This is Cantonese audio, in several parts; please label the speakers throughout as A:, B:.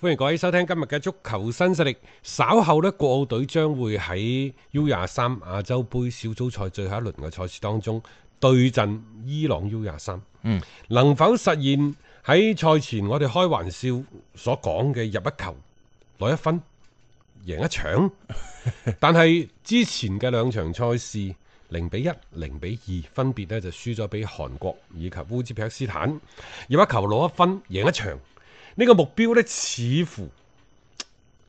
A: 歡迎各位收聽今日嘅足球新勢力。稍後呢，國奧隊將會喺 U 廿三亞洲杯小組賽最後一輪嘅賽事當中對陣伊朗 U 廿三。
B: 嗯，
A: 能否實現喺賽前我哋開玩笑所講嘅入一球攞一分贏一場？但係之前嘅兩場賽事，零比一、零比二分別呢就輸咗俾韓國以及烏茲別克斯坦，入一球攞一分贏一場。呢、個目標呢，似乎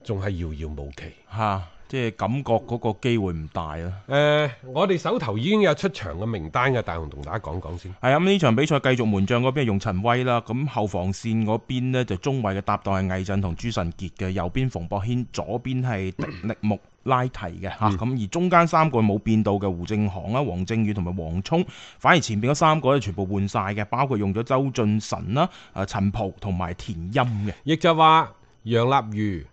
A: 仲係遙遙無期。誒、
B: 吓、即係感覺嗰個機會唔大啊啦。
A: 我哋手頭已經有出場嘅名單嘅，大雄同大家講講先。
B: 係啊，咁呢場比賽繼續門將嗰邊係用陳威啦，咁後防線嗰邊呢就中衞嘅搭檔係魏振同朱晨傑嘅，右邊馮博軒，左邊係迪力木拉提嘅
A: 嗯
B: 嚇，咁、而中間三個冇變到嘅胡正航啦、黃正宇同埋黃聰，反而前邊嗰三個咧全部換晒嘅，包括用咗周俊辰啦、啊陳蒲同埋田音嘅，
A: 亦就話楊立瑜、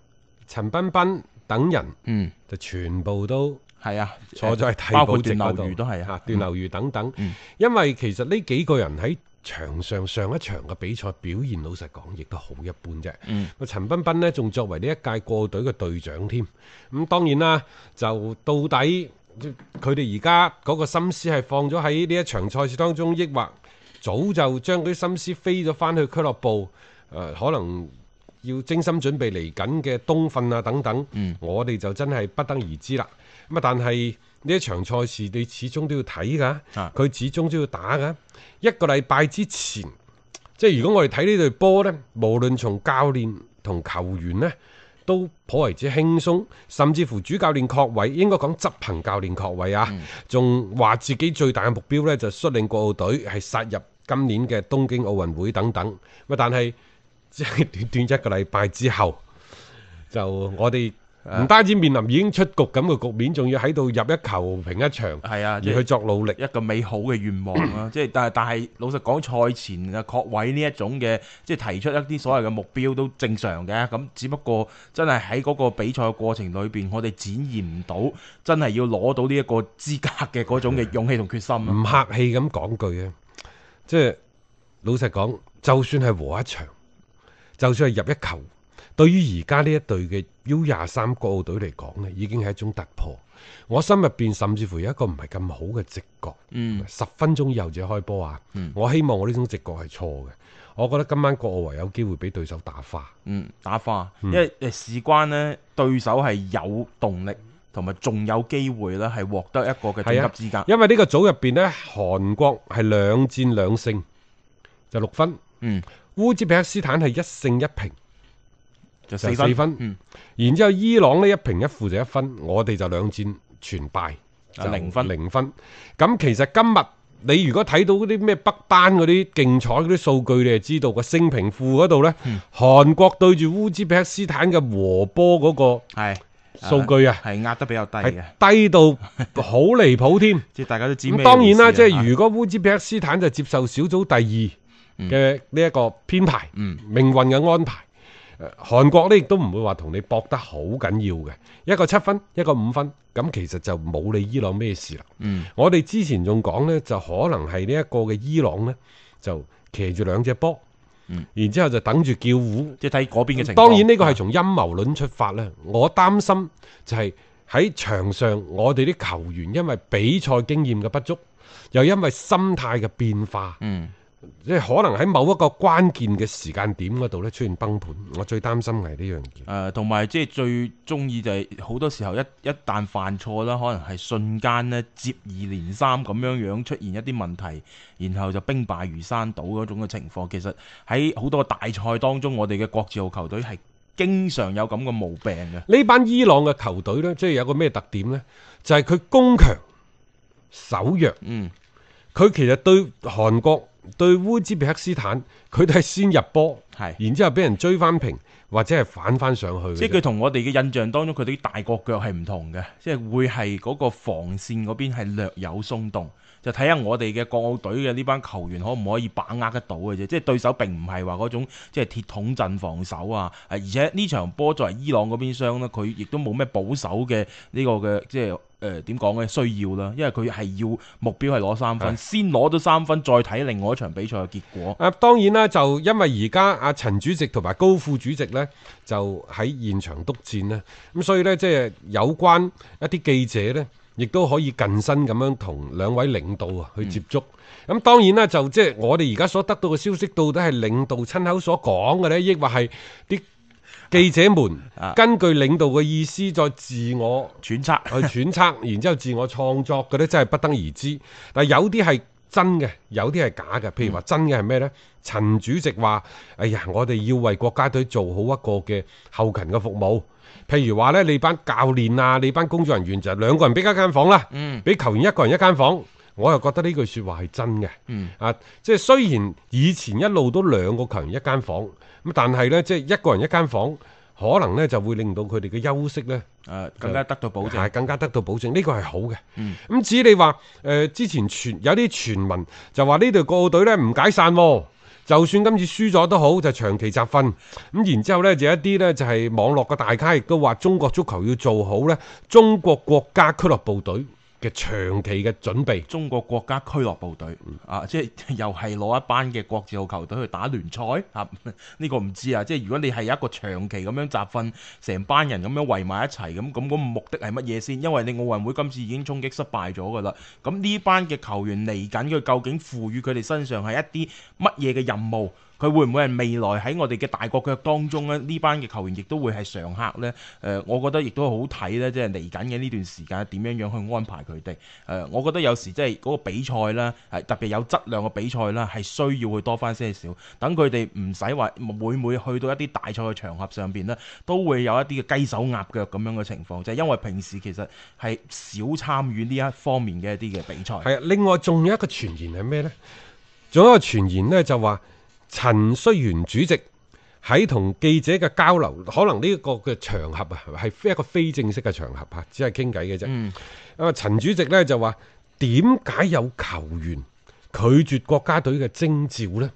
A: 陳彬彬等人
B: 嗯，
A: 就全部都
B: 係啊，
A: 坐咗喺替
B: 包括
A: 補席
B: 段
A: 嗰
B: 流
A: 度，
B: 魚都係啊，
A: 段流魚等等。
B: 嗯
A: 因為其實呢幾個人喺場上上一場嘅比賽表現，老實講亦都好一般啫。
B: 嗯
A: 咁陳彬彬呢，仲作為呢一屆過隊嘅隊長添。咁當然啦，就到底佢哋而家嗰個心思係放咗喺呢一場賽事當中，抑或早就將嗰啲心思飛咗翻去俱樂部？誒、可能要精心準備嚟緊嘅冬訓啊等等。
B: 嗯
A: 我哋就真係不得而知啦。咁啊，但係呢一場賽事你始終都要睇㗎，
B: 啊
A: 佢始終都要打㗎。一個禮拜之前，即係如果我哋睇呢隊波呢，無論從教練同球員呢，都頗為之輕鬆，甚至乎主教練確位，應該講執行教練確位
B: 嗯
A: 啊，仲話、自己最大嘅目標呢，就率領國奧隊係殺入今年嘅東京奧運會等等。咁啊但係 即係短短一個禮拜之後。就我哋
B: 啊
A: 唔單止面臨已經出局咁嘅局面，仲要喺度入一球平一場，
B: 係啊，
A: 而
B: 即係
A: 去作努力。
B: 一個美好嘅願望 啦，即係但係但係老實講，賽前啊確位呢一種嘅即係提出一啲所謂嘅目標都正常嘅，咁只不過真係喺嗰個比賽過程裏邊，我哋展現唔到真係要攞到呢一個資格嘅嗰種嘅勇氣同決心啊！
A: 唔客氣咁講句啊，即係老實講，就算係和一場，就算係入一球，對於而家呢一隊嘅 U 廿三國奧隊嚟講咧，已經係一種突破。我心入邊甚至乎有一個唔係咁好嘅直覺。
B: 嗯
A: 十分鐘以後就開波啊！
B: 嗯
A: 我希望我呢種直覺係錯嘅。我覺得今晚國奧唯有機會俾對手打花。
B: 嗯，打花，因為誒事關呢對手係有動力同埋仲有機會咧，係獲得一個嘅
A: 啊
B: 晉級資格。
A: 因為呢個組入邊呢，韓國係兩戰兩勝，就六分；
B: 嗯，
A: 烏茲別克斯坦係一勝一平，
B: 就
A: 就
B: 四
A: 係
B: 分。
A: 四分。
B: 嗯
A: 然之後伊朗呢，一平一負就一分，我哋就兩戰全敗，就
B: 啊零分
A: 零分。咁其實今日你如果睇到嗰啲咩北單嗰啲競彩嗰啲數據，你就知道個勝平負嗰度呢，
B: 嗯
A: 韓國對住烏茲別克斯坦嘅和波嗰
B: 係
A: 個數據啊，
B: 係壓得比較低嘅，
A: 係低到好離譜 添。
B: 即係大家都啊知
A: 咁
B: 咩回事啊。
A: 當然啦，即係如果烏茲別克斯坦就接受小組第二
B: 啊
A: 嘅呢一個編排、
B: 嗯
A: 命運嘅安排。誒韓國呢亦都唔會話同你搏得好緊要嘅，一個七分，一個五分，咁其實就冇你伊朗咩事啦。
B: 嗯。
A: 我哋之前仲講呢，就可能係呢一個嘅伊朗呢，就騎住兩隻波，
B: 嗯
A: 然之後就等住叫糊。
B: 即係睇嗰邊嘅情況。
A: 當然呢個係從陰謀論出發啦。我擔心就係喺場上，我哋啲球員因為比賽經驗嘅不足，又因為心態嘅變化，
B: 嗯
A: 即係可能喺某一個關鍵嘅時間點嗰度咧出現崩盤。我最擔心係呢樣嘢。
B: 誒，同埋即係最中意就係好多時候一一旦犯錯啦，可能係瞬間咧接二連三咁樣樣出現一啲問題，然後就兵敗如山倒嗰種嘅情況。其實喺好多大賽當中，我哋嘅國字號球隊係經常有咁嘅毛病嘅。
A: 呢班伊朗嘅球隊呢，即係有個咩特點呢？就係佢攻強守弱。
B: 嗯，
A: 佢其實對韓國、對烏茲別克斯坦，佢都係先入波，
B: 係。
A: 然之後俾人追翻平，或者係反翻上去嘅啫。
B: 即係佢同我哋嘅印象當中，佢哋啲大國腳係唔同嘅，即係會係嗰個防線嗰邊係略有鬆動，就睇下我哋嘅國奧隊嘅呢班球員可唔可以把握得到嘅啫。即係對手並唔係話嗰種即係鐵桶陣防守啊，啊而且呢場波作為伊朗嗰邊傷呢，佢亦都冇咩保守嘅呢、個嘅即係。誒點講呢？需要啦，因為佢係要目標係攞三分，
A: 係
B: 先攞到三分，再睇另外一場比賽嘅結果。
A: 啊，當然啦，就因為而家阿陳主席同埋高副主席呢，就喺現場督戰啦。咁所以呢，即係有關一啲記者呢，亦都可以近身咁樣同兩位領導啊去接觸。咁、當然啦，就即係我哋而家所得到嘅消息，到底係領導親口所講嘅呢，抑或係啲記者們
B: 啊
A: 根據領導嘅意思再自我
B: 揣測
A: 去揣測，然之後自我創作嘅咧，真係不得而知。但係有啲係真嘅，有啲係假嘅。譬如
B: 嗯
A: 話真嘅係咩呢？陳主席話：哎呀，我哋要為國家隊做好一個嘅後勤嘅服務。譬如話呢，你班教練啊，你班工作人員就兩個人俾一間房啦，
B: 嗯
A: 俾球員一個人一間房。我又覺得呢句説話係真嘅。
B: 嗯，
A: 啊，即係雖然以前一路都兩個球員一間房，咁但係呢，即係一個人一間房，可能呢就會令到佢哋嘅休息呢。
B: 誒、呃更加得到保證。
A: 係更加得到保證，呢個係好嘅。咁、
B: 嗯
A: 至於你話誒、呃之前傳有啲傳聞就話呢隊國奧隊呢唔解散喎、就算今次輸咗都好，就長期集訓。咁然之後呢，就一啲呢就係、網絡嘅大咖亦都話中國足球要做好呢中國國家俱樂部隊嘅長期嘅準備。
B: 中國國家俱樂部隊啊，即係 又係攞一班嘅國字號球隊去打聯賽啊？ 呢、個唔知啊，即係如果你係有一個長期咁樣集訓，成班人咁樣圍埋一齊咁，咁個目的係乜嘢先？因為你奧運會今次已經衝擊失敗咗㗎啦，咁呢班嘅球員嚟緊，佢究竟賦予佢哋身上係一啲乜嘢嘅任務？佢會唔會係未來喺我哋嘅大國腳當中咧？呢班嘅球員亦都會係常客呢？誒、我覺得亦都好睇呢，即係嚟緊嘅呢段時間點樣樣去安排佢哋。誒、我覺得有時即係嗰個比賽啦，係特別有質量嘅比賽啦，係需要去多翻些少，等佢哋唔使話每每去到一啲大賽嘅場合上邊呢，都會有一啲嘅雞手鴨腳咁樣嘅情況，就係因為平時其實係少參與呢一方面嘅一啲嘅比賽。
A: 係啊，另外仲有一個傳言係咩呢？仲有一個傳言呢，就話陳戌源主席喺同記者嘅交流，可能呢一個嘅場合啊，係一個非正式嘅場合嚇，只係傾偈嘅啫。
B: 嗯，
A: 啊，陳主席呢，就話點解有球員拒絕國家隊嘅徵召呢？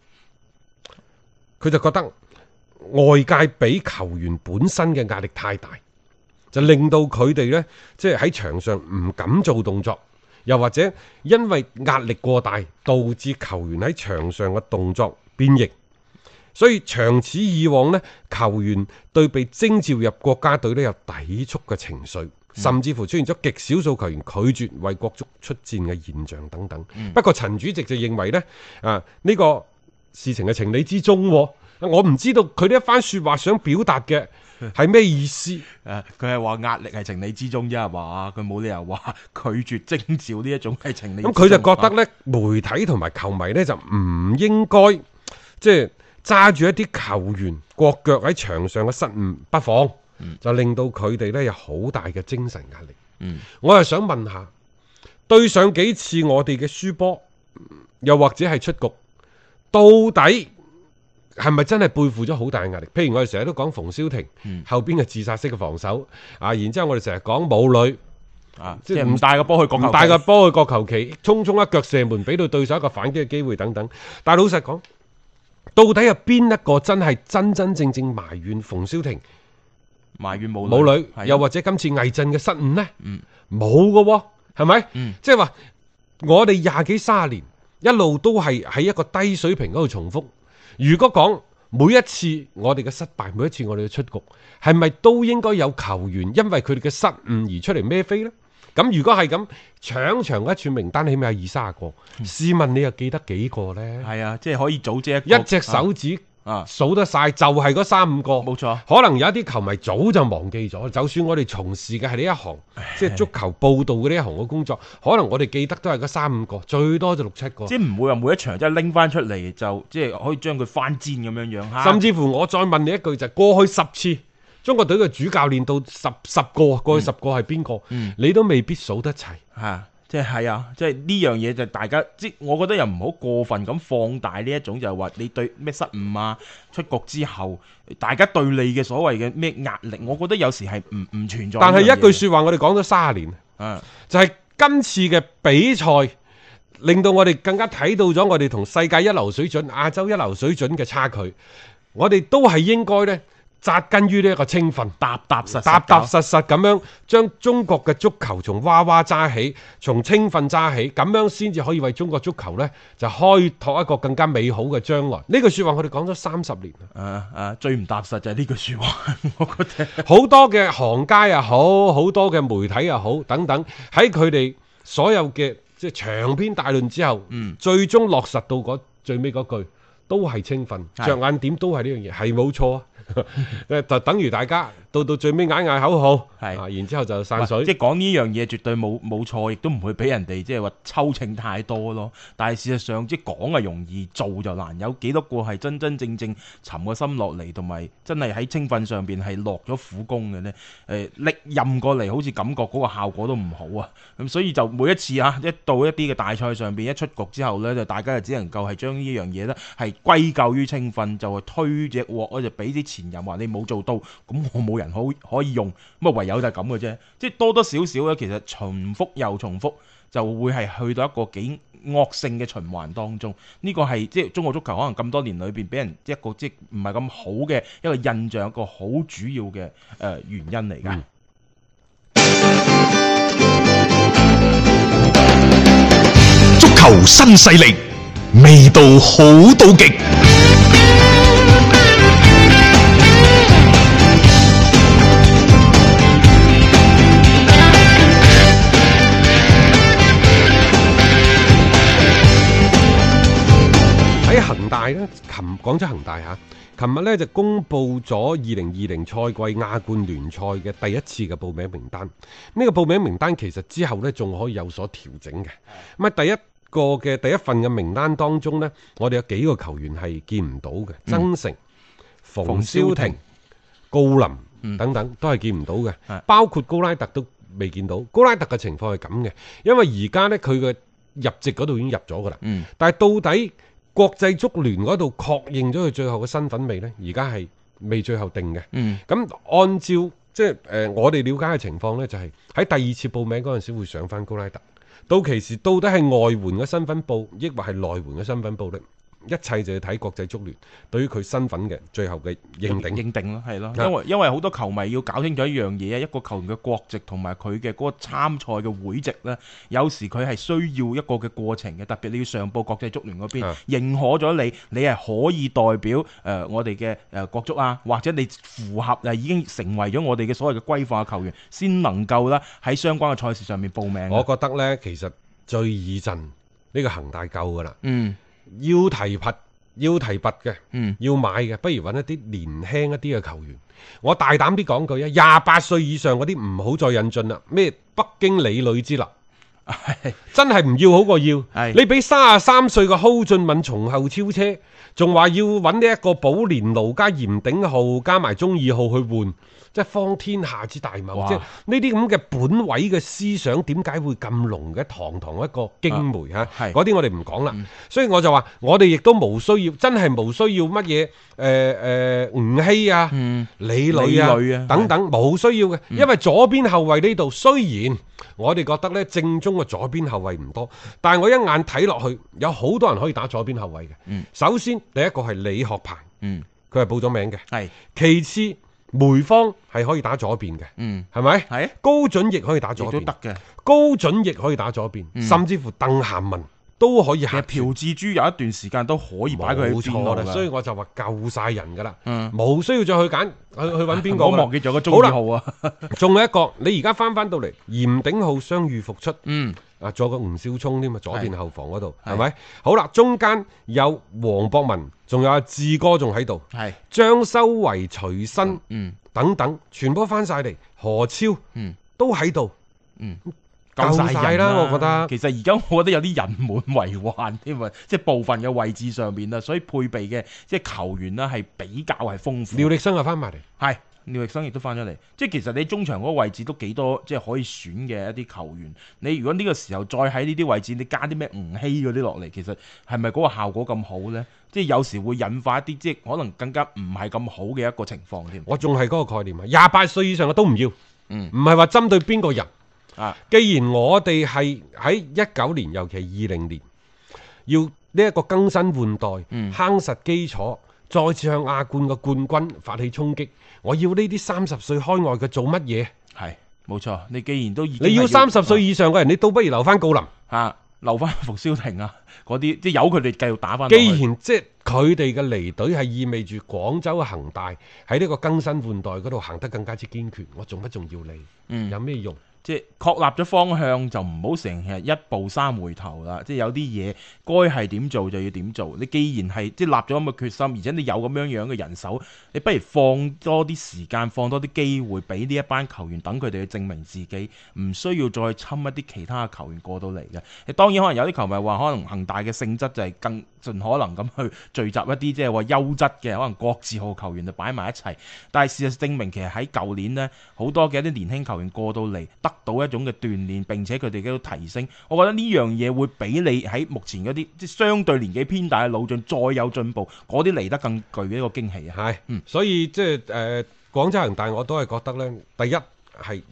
A: 佢就覺得外界俾球員本身嘅壓力太大，就令到佢哋呢，即係喺場上唔敢做動作，又或者因為壓力過大，導致球員喺場上嘅動作變形。所以長此以往呢，球員對被徵召入國家隊呢有抵觸嘅情緒，甚至乎出現咗極少數球員拒絕為國足出戰嘅現象等等。不過陳主席就認為呢，啊呢、個事情嘅情理之中喎、啊我唔知道佢呢一番説話想表達嘅係咩意思。
B: 誒佢係話壓力係情理之中啫，係嘛？佢冇理由話 拒絕徵召呢一種係情理之
A: 咁
B: 中。
A: 佢就覺得呢，媒體同埋球迷呢，就唔應該即係揸住一啲球員國腳喺場上嘅失誤不放，就令到佢哋呢有好大嘅精神壓力。
B: 嗯
A: 我又想問下，對上幾次我哋嘅輸波，又或者係出局，到底係咪真係背負咗好大嘅壓力？譬如我哋成日都講馮蕭霆、
B: 嗯
A: 後邊嘅自殺式嘅防守啊，然之後我哋成日講武磊。
B: 啊，
A: 即
B: 即
A: 係
B: 係唔帶個波去國
A: 咁
B: 球
A: 大
B: 隊
A: 嘅波去角球旗，匆匆一腳射門，俾到對手一個反擊嘅機會等等。但係老實講，到底有邊一個真係真真正正埋怨馮蕭霆
B: 埋怨冇
A: 母女，
B: 係啊
A: 又或者今次魏震嘅失誤呢？
B: 嗯
A: 冇嘅喎，係咪？
B: 嗯
A: 即係話我哋廿幾卅年一路都係喺一個低水平嗰度重複。如果講每一次我哋嘅失敗，每一次我哋嘅出局，係咪都應該有球員因為佢哋嘅失誤而出嚟孭飛呢？咁如果係咁，搶場嗰一串名單起碼有二三十個，
B: 嗯
A: 試問你又記得幾個呢？
B: 係啊，即係可以組織一個
A: 一隻手指
B: 啊，
A: 數得晒，就係嗰三五個。
B: 冇錯。
A: 可能有一啲球迷早就忘記咗，就算我哋從事嘅係呢一行，即係足球報道嘅呢一行嘅工作，可能我哋記得都係嗰三五個，最多就六七個。
B: 即係唔會話每一場即係拎翻出嚟就即係可以將佢翻煎咁樣樣嚇，
A: 甚至乎我再問你一句就係、過去十次中國隊嘅主教練到十十個，過去十個係邊個？
B: 嗯
A: 你都未必數得齊。
B: 嚇，即係係啊，即係呢樣嘢就大家即係我覺得又唔好過分咁放大呢一種就係話你對咩失誤啊、出局之後，大家對你嘅所謂嘅咩壓力，我覺得有時係唔唔存在呢樣嘢嘅。
A: 但係一句説話，我哋講咗三十年，
B: 啊
A: 就係、今次嘅比賽令到我哋更加睇到咗我哋同世界一流水準、亞洲一流水準嘅差距。我哋都係應該呢，扎根於呢一個青訓。
B: 踏踏實實
A: 踏踏
B: 搞
A: 實實咁樣將中國嘅足球從娃娃揸起，從青訓揸起，咁樣先至可以為中國足球呢就開拓一個更加美好嘅將來。呢句説話我哋講咗三十年啦，
B: 啊啊！最唔踏實就係呢句説話， 我覺得
A: 好多嘅行家又好，好多嘅媒體又好，等等，喺佢哋所有嘅即係長篇大論之後，
B: 嗯
A: 最終落實到嗰最尾嗰句。都係青訓，
B: 係
A: 着眼點都係呢樣嘢，係冇錯啊！ 就等於大家到到最尾嗌嗌口號，
B: 係
A: 啊，然之後就散水
B: 即。係講呢樣嘢絕對冇冇錯，亦都唔會俾人哋即係話抽秤太多咯。但係事實上，即係講係容易，做就難。有幾多個係真真正正沉個心落嚟，同埋真係喺青訓上邊係落咗苦功嘅呢？誒、歷任過嚟好似感覺嗰個效果都唔好啊。咁所以就每一次嚇、一到一啲嘅大賽上邊一出局之後呢，就大家就只能夠係將呢樣嘢呢係歸咎於青訓，就係推只鑊咧，就俾啲前任話你冇做到，咁我冇人可可以用。咁啊，唯有就係咁嘅啫。即係多多少少咧，其實重複又重複，啊就會係去到一個幾惡性嘅循環當中。呢個係即係中國足球可能咁多年裏邊，俾人一個即係唔係咁好嘅一個印象，一個好主要嘅誒、呃原因嚟㗎。
A: 嗯
C: 足球新勢力，味道好到極。
A: 喺恒大呢，琴廣州恒大嚇，啊琴日呢就公布咗二零二零賽季亞冠聯賽嘅第一次嘅報名名單。呢、個報名名單其實之後呢仲可以有所調整嘅。咁啊，第一個嘅第一份嘅名單當中呢，我哋有幾個球員係見唔到嘅，曾誠、馮瀟霆
B: 蕭霆、
A: 郜林等等都係見唔到嘅
B: 係，
A: 包括高拉特都未見到。高拉特嘅情況係咁嘅，因為而家呢，佢嘅入籍嗰度已經入咗㗎啦。
B: 嗯，
A: 但係到底國際足聯嗰度確認咗佢最後嘅身份未呢？而家係未最後定嘅。
B: 嗯，
A: 咁按照即係誒、呃我哋了解嘅情況呢，就係、喺第二次報名嗰陣時會上翻高拉特。到其時到底係外援嘅身份報，抑或係內援嘅身份報呢？一切就要睇國際足聯對於佢身份嘅最後嘅認定。
B: 認定咯，係咯，
A: 啊
B: 因為因為好多球迷要搞清楚一樣嘢，一個球員嘅國籍同埋佢嘅嗰個參賽嘅會籍呢，有時佢係需要一個嘅過程嘅，特別你要上報國際足聯嗰邊
A: 啊
B: 認可咗你，你係可以代表誒、呃我哋嘅誒國足啊，或者你符合呃誒已經成為咗我哋嘅所謂嘅歸化球員，先能夠啦喺相關嘅賽事上面報名。啊
A: 我覺得呢，其實最以陣呢個恒大夠㗎啦，
B: 嗯
A: 要提拔要提拔嘅。
B: 嗯
A: 要買嘅，不如揾一啲年輕一啲嘅球員。我大膽啲講句啊，廿八歲以上嗰啲唔好再引進啦，咩北京里女之流，真係唔要好過要。
B: 係
A: 你俾三十三歲嘅蒿俊閔從後超車，仲話要揾呢一個寶蓮奴加嚴鼎浩加埋中二號去換，即係荒天下之大謬。
B: 哇
A: 即係呢啲咁嘅本位嘅思想，點解會咁濃嘅？堂堂一個京梅嚇，
B: 啊係嗯
A: 嗰啲我哋唔講啦。所以我就話，我哋亦都無需要，真係無需要乜嘢誒誒吳曦啊、
B: 嗯，
A: 李磊啊
B: 李磊啊
A: 等等，冇需要嘅，
B: 嗯
A: 因為左邊後衞呢度雖然我哋覺得呢正宗嘅左邊後衞唔多，但係我一眼睇落去，有好多人可以打左邊後衞嘅。
B: 嗯
A: 首先第一個係李學鵬，
B: 嗯
A: 佢係報咗名嘅；
B: 係
A: 其次梅芳係可以打左邊嘅，
B: 嗯
A: 係咪？
B: 係啊
A: 高準亦可以打
B: 亦
A: 左
B: 都
A: 邊
B: 得，嘅。
A: 高準亦可以打左邊，
B: 嗯
A: 甚至乎鄧涵文都可以
B: 其
A: 下
B: 實朴志洙有一段時間都可以擺佢喺
A: 冇
B: 邊
A: 錯
B: 度
A: 啦，
B: 㗎
A: 所以我就話夠晒人㗎啦，
B: 嗯
A: 冇需要再去揀去去揾邊個
B: 我
A: 㗎啦
B: 忘。記咗個
A: 好
B: 中
A: 啦
B: 二號啊。
A: 仲有一個，你而家翻翻到嚟，嚴鼎浩傷愈復出，
B: 嗯
A: 啊，仲有個吳少聰添啊，左邊後防嗰度
B: 係
A: 係咪？好啦，中間有黃博文，仲有阿志哥仲喺度，
B: 係
A: 張修維、徐新
B: 嗯
A: 等等，全部都翻晒嚟，何超
B: 嗯
A: 都喺度，
B: 嗯，
A: 夠晒
B: 人
A: 啦，我覺得。
B: 其實而家我覺得有啲人滿為患添啊，即係部分嘅位置上面啦，所以配備嘅即係球員啦係比較係豐
A: 廖
B: 富。
A: 力生又翻埋嚟，
B: 係廖力生亦都翻咗嚟，即係其實你中場嗰個位置都幾多即係可以選嘅一啲球員。你如果呢個時候再喺呢啲位置，你加啲咩吳曦嗰啲落嚟，其實係咪嗰個效果咁好呢？即係有時會引發一啲即係可能更加唔係咁好嘅一個情況添。
A: 我仲係嗰個概念啊，廿八歲以上嘅都唔要，
B: 嗯
A: 唔係話針對邊個人。
B: 啊，
A: 既然我哋係喺一九年，尤其二零年要呢一個更新換代，
B: 嗯
A: 夯實基礎，再次向亞冠嘅冠軍發起衝擊。我要呢啲三十歲開外嘅做乜嘢？
B: 係冇錯。你既然都已經
A: 你要
B: 係
A: 三十歲以上嘅人，你倒不如留翻郜林。
B: 啊，留翻馮蕭霆啊，嗰啲即係由佢哋繼續打翻。
A: 既然即係佢哋嘅離隊係意味住廣州嘅恒大喺呢個更新換代嗰度行得更加之堅決，我仲不仲要你？
B: 嗯
A: 有咩用？
B: 即係確立咗方向，就唔好成日一步三回頭啦。即係有啲嘢該係點做就要點做。你既然係即係立咗咁嘅決心，而且你有咁樣樣嘅人手，你不如放多啲時間，放多啲機會俾呢一班球員，等佢哋去證明自己，唔需要再侵一啲其他嘅球員過到嚟嘅。你當然可能有啲球迷話，可能恒大嘅性質就係更盡可能咁去聚集一啲 即係話優質嘅可能國字號球員就擺埋一齊。但係事實證明，其實喺舊年呢，好多嘅一啲年輕球員過到嚟，得到一種嘅鍛鍊，並且佢哋都提升。我覺得呢樣嘢會比你喺目前嗰啲即係相對年紀偏大嘅老將再有進步，嗰啲嚟得更具一個驚喜啊！
A: 係，
B: 嗯
A: 所以即係誒廣州恒大，我都係覺得呢，第一係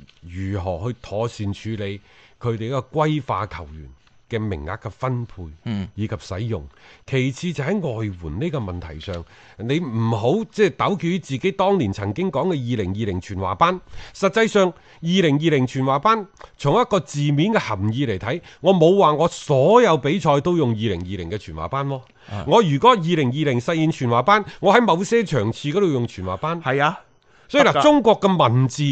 A: 如何去妥善處理佢哋一個歸化球員嘅名額嘅分配，
B: 嗯
A: 以及使用。其次就喺外援呢個問題上，你唔好即係糾結於自己當年曾經講嘅二零二零全華班。實際上，二零二零全華班從一個字面嘅含義嚟睇，我冇話我所有比賽都用二零二零嘅全華班喎。我如果二零二零實現全華班，我喺某些場次嗰度用全華班。
B: 係啊，
A: 所以
B: 得
A: 嗱，
B: 㗎
A: 中國嘅文字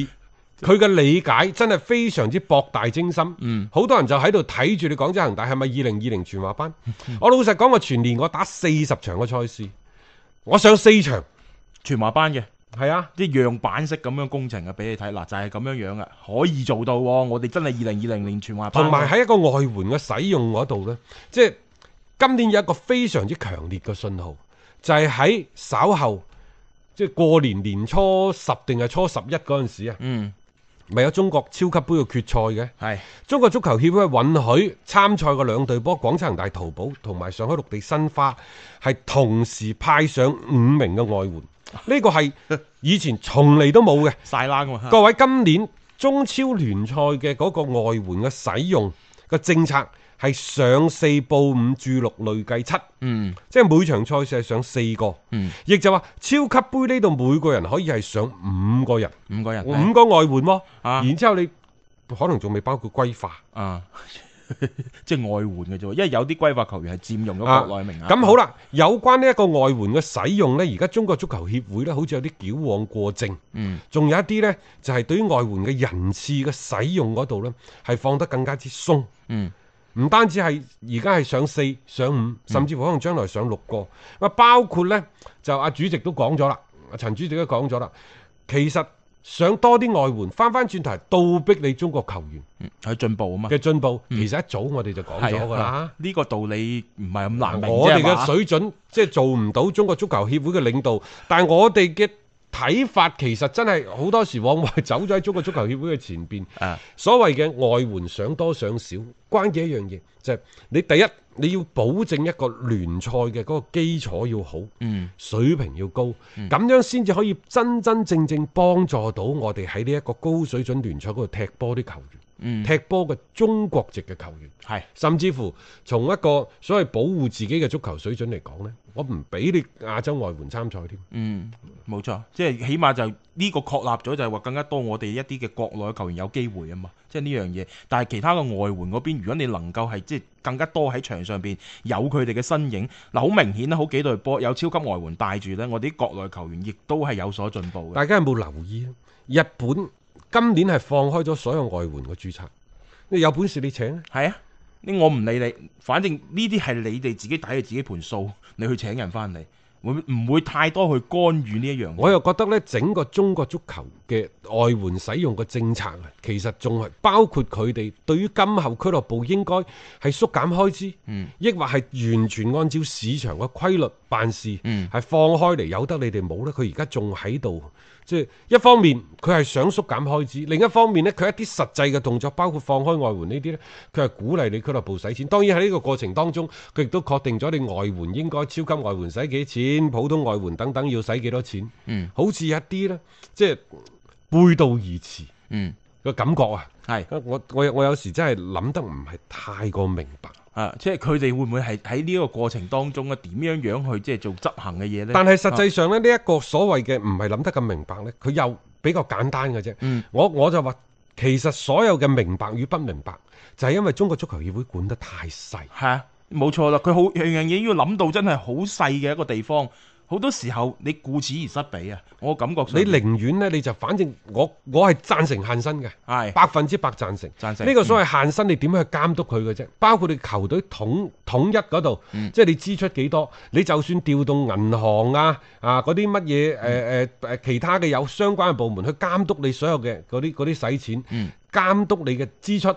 A: 佢嘅理解真係非常之博大精深。
B: 嗯，
A: 好多人就喺度睇住你廣州恒大係咪二零二零全華班？ 我老實講，我全年我打四十場嘅賽事，我上四場，
B: 全華班嘅。
A: 係啊。
B: 即係樣板式咁樣工程啊，俾你睇嗱，就係咁樣樣啊，可以做到喎！我哋真係二零二零年全華班啊
A: 同埋喺一個外援嘅使用嗰度呢，即係今年有一個非常之強烈嘅信號，就係、喺稍後即係過年年初十定係初十一嗰陣時啊，
B: 嗯
A: 咪有中國超級杯嘅決賽嘅。
B: 係
A: 中國足球協會允許參賽嘅兩隊波，廣州恒大淘寶同埋上海綠地申花，係同時派上五名嘅外 援。呢個係以前從嚟都冇嘅。
B: 晒冷啊嘛，
A: 各位，今年中超聯賽嘅嗰個外援嘅使用個政策係上四報五注六，累計七，
B: 嗯
A: 即係每場賽事係上四個。
B: 嗯，
A: 亦就話超級杯呢度每個人可以係上五個人，
B: 五個人
A: 五個外援喎。
B: 啊
A: 然之後你可能仲未包括歸化。
B: 啊， 即係外援嘅啫喎，因為有啲歸化球員係佔用咗國內名額。
A: 啊咁好，啦，有關呢一個外援嘅使用呢，而家中國足球協會呢，好似有啲矯枉過正，
B: 嗯
A: 仲有一啲呢，就係、對於外援嘅人次嘅使用嗰度呢，係放得更加之鬆。
B: 嗯
A: 唔單止係而家係上四、上五，甚至乎可能將來上六個。咁包括呢，就阿主席都講咗啦，阿陳主席都講咗啦，其實想多啲外援，翻翻轉頭係倒逼你中國球員
B: 嗯，佢進步啊嘛，
A: 嘅進步，
B: 嗯
A: 其實一早我哋就講咗㗎
B: 係
A: 啦
B: 啊。呢個道理唔係咁難明
A: 我哋
B: 啫嘛
A: 嘅水準即係做唔到中國足球協會嘅領導，但係我哋嘅睇法其實真係好多時往往係走咗喺中國足球協會嘅前邊。
B: 啊，
A: 所謂嘅外援想多想少，關鍵一樣嘢就係、你第一你要保證一個聯賽嘅嗰個基礎要好，
B: 嗯
A: 水平要高，咁、樣先至可以真真正正幫助到我哋喺呢一個高水準聯賽嗰度踢波啲球員，
B: 嗯，
A: 踢波嘅中國籍嘅球員。
B: 係
A: 甚至乎從一個所謂保護自己嘅足球水準嚟講呢我唔俾你亞洲外援參賽添。
B: 嗯冇錯，即係起碼就呢個確立咗，就係話更加多我哋一啲嘅國內球員有機會啊嘛，即係呢樣嘢。但係其他嘅外援嗰邊，如果你能夠係即係更加多喺場上邊有佢哋嘅身影，嗱好明顯啦，好幾隊波有超級外援帶住呢，我哋啲國內球員亦都係有所進步嘅。
A: 大家有冇留意啊？日本今年係放開咗所有外援嘅註冊，你有本事你請啊！
B: 係啊，呢我唔理你，反正呢啲係你哋自己抵你自己盤數，你去請人翻嚟，會唔會太多去干預呢一樣嘢？
A: 我又覺得呢整個中國足球嘅外援使用嘅政策啊，其實仲係包括佢哋對於今後俱樂部應該係縮減開支，
B: 嗯
A: 抑或係完全按照市場嘅規律辦事，
B: 嗯
A: 係放開嚟由得你哋冇呢佢而家仲喺度，即係一方面佢係想縮減開支，另一方面呢，佢一啲實際嘅動作，包括放開外援呢啲呢，佢係鼓勵你俱樂部使錢。當然喺呢個過程當中，佢亦都確定咗你外援應該超級外援使幾錢，普通外援等等要使幾多錢。
B: 嗯
A: 好似一啲呢，即係背道而馳
B: 嗯
A: 嘅感覺啊！
B: 係
A: 我我我有時真係諗得唔係太過明白。
B: 啊，即係佢哋會唔會係喺呢一個過程當中啊咧，點樣樣去即係做執行嘅嘢咧？
A: 但係實際上咧，呢一個所謂嘅唔係諗得咁明白呢，佢又比較簡單嘅啫。
B: 嗯
A: 我我就話，其實所有嘅明白與不明白，就係因為中國足球協會管得太細。
B: 係啊，冇錯啦，佢好樣樣嘢要諗到真係好細嘅一個地方，好多時候你顧此而失彼啊！我感覺上
A: 你寧願呢，你就反正我我係贊成限薪嘅，
B: 係
A: 百分之百贊成。
B: 贊成
A: 呢個所謂限薪，你點樣去監督佢嘅啫？包括你球隊統統一嗰度，
B: 嗯
A: 即係你支出幾多，你就算調動銀行啊啊嗰啲乜
B: 嗯
A: 嘢誒誒誒其他嘅有相關嘅部門去監督你所有嘅嗰啲嗰啲使錢，
B: 嗯
A: 監督你嘅支出，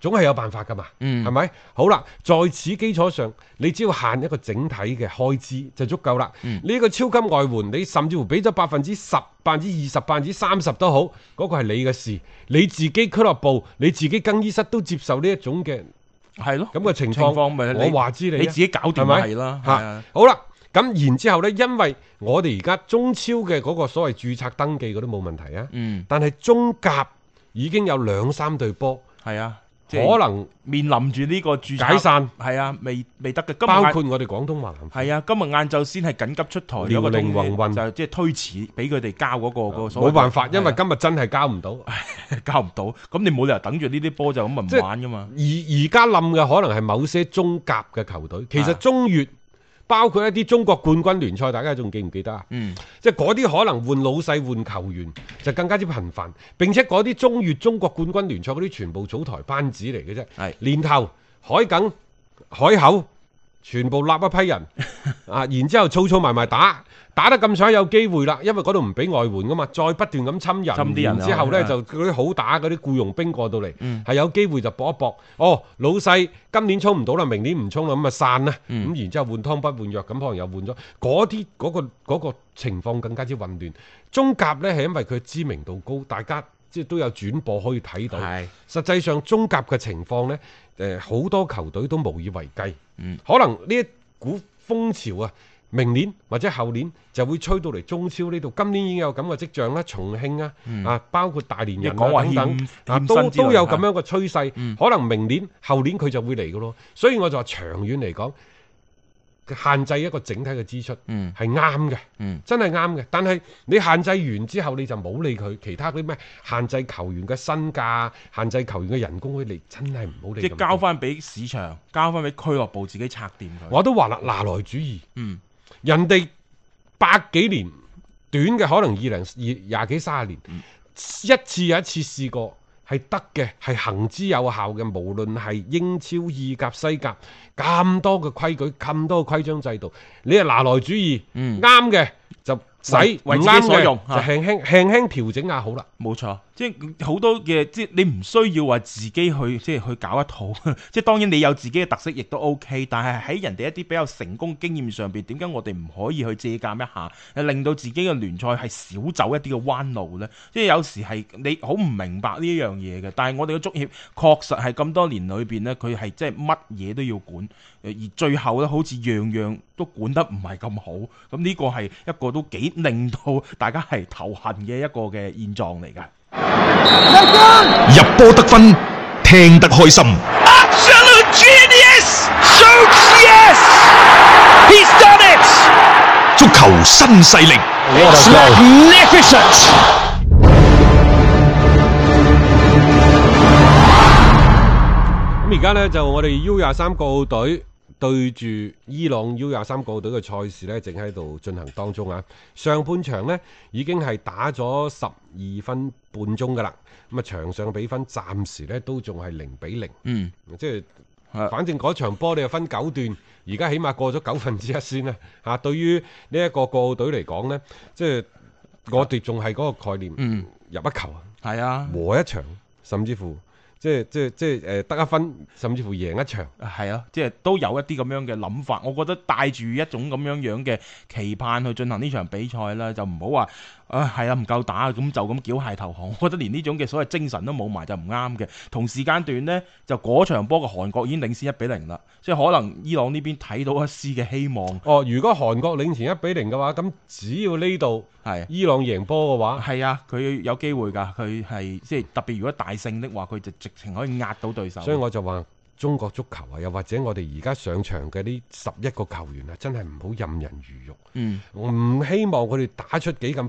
A: 總係有辦法㗎嘛，
B: 嗯
A: 係咪、好啦，在此基礎上，你只要限一個整體嘅開支就足夠啦。
B: 嗯
A: 呢、個超級外援，你甚至乎俾咗百分之十、百分之二十、百分之三十都好，嗰、個係你嘅事，你自己俱樂部、你自己更衣室都接受呢一種嘅
B: 係咯
A: 咁嘅情況。
B: 情況咪你
A: 我話知你啊，
B: 你自己搞掂
A: 係咪
B: 咪係啦，係
A: 嚇
B: 啊，
A: 好啦。咁然之後呢，因為我哋而家中超嘅嗰個所謂註冊登記嗰啲冇問題啊，
B: 嗯，
A: 但係中甲已經有兩三隊波，
B: 係啊，即係
A: 可能
B: 面臨住呢個註冊
A: 解散，
B: 係啊，未未得嘅，今日
A: 包
B: 晏
A: 括我哋廣東華南。
B: 係啊，今日晏晝先係緊急出台有個
A: 遼寧
B: 通
A: 宏
B: 知
A: 運
B: 就即係推遲俾佢哋交嗰個嗰個所謂
A: 冇辦法，因為
B: 係啊啊
A: 今日真係交唔到。而
B: 交唔到，咁你冇理由等住呢啲波就咁咪唔玩噶嘛，
A: 而家冧嘅可能係某些中甲嘅球隊，其
B: 啊
A: 實中乙包括一啲中國冠軍聯賽，大家仲記唔記得啊？
B: 嗯。
A: 即係嗰啲可能換老細換球員就更加之頻繁，並且嗰啲中乙中國冠軍聯賽嗰啲全部草台班子嚟嘅啫，
B: 係
A: 年頭海埂、海口全部立一批 人啊，然之後嘈嘈埋埋打，打得咁上有機會啦，因為嗰度唔俾外援噶嘛，再不斷咁侵人，
B: 侵啲人啊
A: 然之後呢，
B: 係
A: 就嗰啲好打嗰啲僱傭兵過到嚟，係、
B: 嗯
A: 有機會就搏一搏。哦，老細今年衝唔到啦，明年唔衝啦，咁啊散啦。咁、
B: 嗯
A: 然之後換湯不換藥，咁可能又換咗嗰啲嗰個嗰、個情況更加之混亂。中甲呢，係因為佢知名度高，大家即係都有轉播可以睇到。
B: 係
A: 實際上中甲嘅情況呢，誒、好多球隊都無以為繼。
B: 嗯
A: 可能呢一股風潮啊，明年或者後年就會吹到嚟中超呢度。今年已經有咁嘅跡象啦，重慶啊，啊包括大連人
B: 嗯即係講
A: 啊
B: 話
A: 等等
B: 欠，
A: 啊
B: 欠薪
A: 都
B: 之類
A: 都有
B: 啊嗯
A: 咁樣嘅趨勢。可能明年後年佢就會嚟嘅咯。所以我就話長遠嚟講。限制一個整體嘅支出
B: 嗯
A: 係啱嘅，
B: 嗯
A: 真係啱嘅。但係你限制完之後，你就冇理佢其他嗰啲咩限制球員嘅身價、限制球員嘅人工嗰啲，你真係唔好理咁多。
B: 即係交翻俾市場，交翻俾俱樂部自己拆掂佢。
A: 我都話啦，拿來主義，
B: 嗯，
A: 人哋百幾年短嘅可能二零二廿幾三十年，
B: 嗯
A: 一次又一次試過係得嘅，係行之有效嘅。無論係英超、意甲、西甲咁多嘅規矩，咁多嘅規章制度，你係拿來主義，
B: 嗯
A: 啱嘅就使，
B: 為
A: 唔
B: 為自
A: 啱
B: 己所
A: 嘅
B: 用
A: 就
B: 嚇
A: 輕輕輕輕調整下好啦。
B: 冇錯，即係好多嘅，即係你唔需要話自己去即係去搞一套， 即係當然你有自己嘅特色亦都 OK，但係喺人哋一啲比較成功經驗上邊，點解我哋唔可以去借鑑一下，令到自己嘅聯賽係少走一啲嘅彎路呢？即係有時係你好唔明白呢一樣嘢嘅，但係我哋嘅足協確實係咁多年裏邊呢，佢係即係乜嘢都要管，而最後呢，好似樣樣都管得唔係咁好，咁呢個係一個都幾令到大家係頭痕嘅一個嘅現狀嚟㗎。
C: 入波得分，聽得開心。
D: Absolute genius! Stokes, yes! He's done it!
C: 足球新勢力，
D: It's magnificent!
A: 咁而家呢，就我哋 U 廿三國奧隊對住伊朗 U 廿三國奧隊嘅賽事呢，正喺度進行當中啊。上半場呢，已經係打咗十二分半鐘噶啦，咁啊場上嘅比分暫時呢都仲係零比零，
B: 嗯，
A: 即係
B: 係
A: 反正嗰場波你又分九段，而家起碼過咗九分之一先啦。嚇、對於呢一個國奧隊嚟講呢，即係我哋仲係嗰個概念，
B: 嗯
A: 入一球啊
B: 係啊，
A: 和一場，甚至乎即係即係即係誒得一分，甚至乎贏一場。
B: 係啊，即係都有一啲咁樣嘅諗法。我覺得帶住一種咁樣樣嘅期盼去進行呢場比賽啦，就唔好話啊係啊唔夠打咁就咁繳械投降。我覺得連呢種嘅所謂精神都冇埋就唔啱嘅。同時間段呢，就嗰場波嘅韓國已經領先一比零啦，即係可能伊朗呢邊睇到一絲嘅希望。
A: 哦，如果韓國領前一比零嘅話，咁只要呢度
B: 係
A: 伊朗贏波嘅話，
B: 係啊，佢有機會㗎，佢係即係特別如果大勝的話，佢就直情可以壓到對手。
A: 所以我就話中國足球啊，又或者我哋而家上場嘅呢十一個球員啊，真係唔好任人魚肉。
B: 嗯，
A: 我唔希望佢哋打出幾咁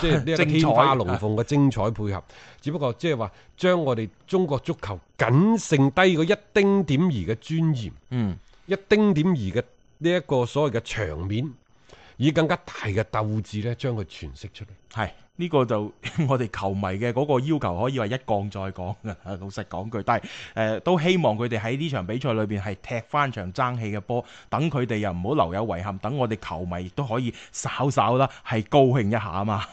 A: 即 係呢一個
B: 精彩
A: 天花龍鳳嘅精彩配合，只不過即係話將我哋中國足球僅剩低嗰一丁點兒嘅尊嚴，
B: 嗯，
A: 一丁點兒嘅呢一個所謂嘅場面，以更加大嘅鬥志咧，將佢詮釋出嚟。
B: 係呢、個就 我哋球迷嘅嗰個要求可以話一降再降嘅，老實講句，但係誒、呃都希望佢哋喺呢場比賽裏邊係踢翻場爭氣嘅波，等佢哋又唔好留有遺憾，等我哋球迷亦都可以稍稍啦係高興一下啊嘛。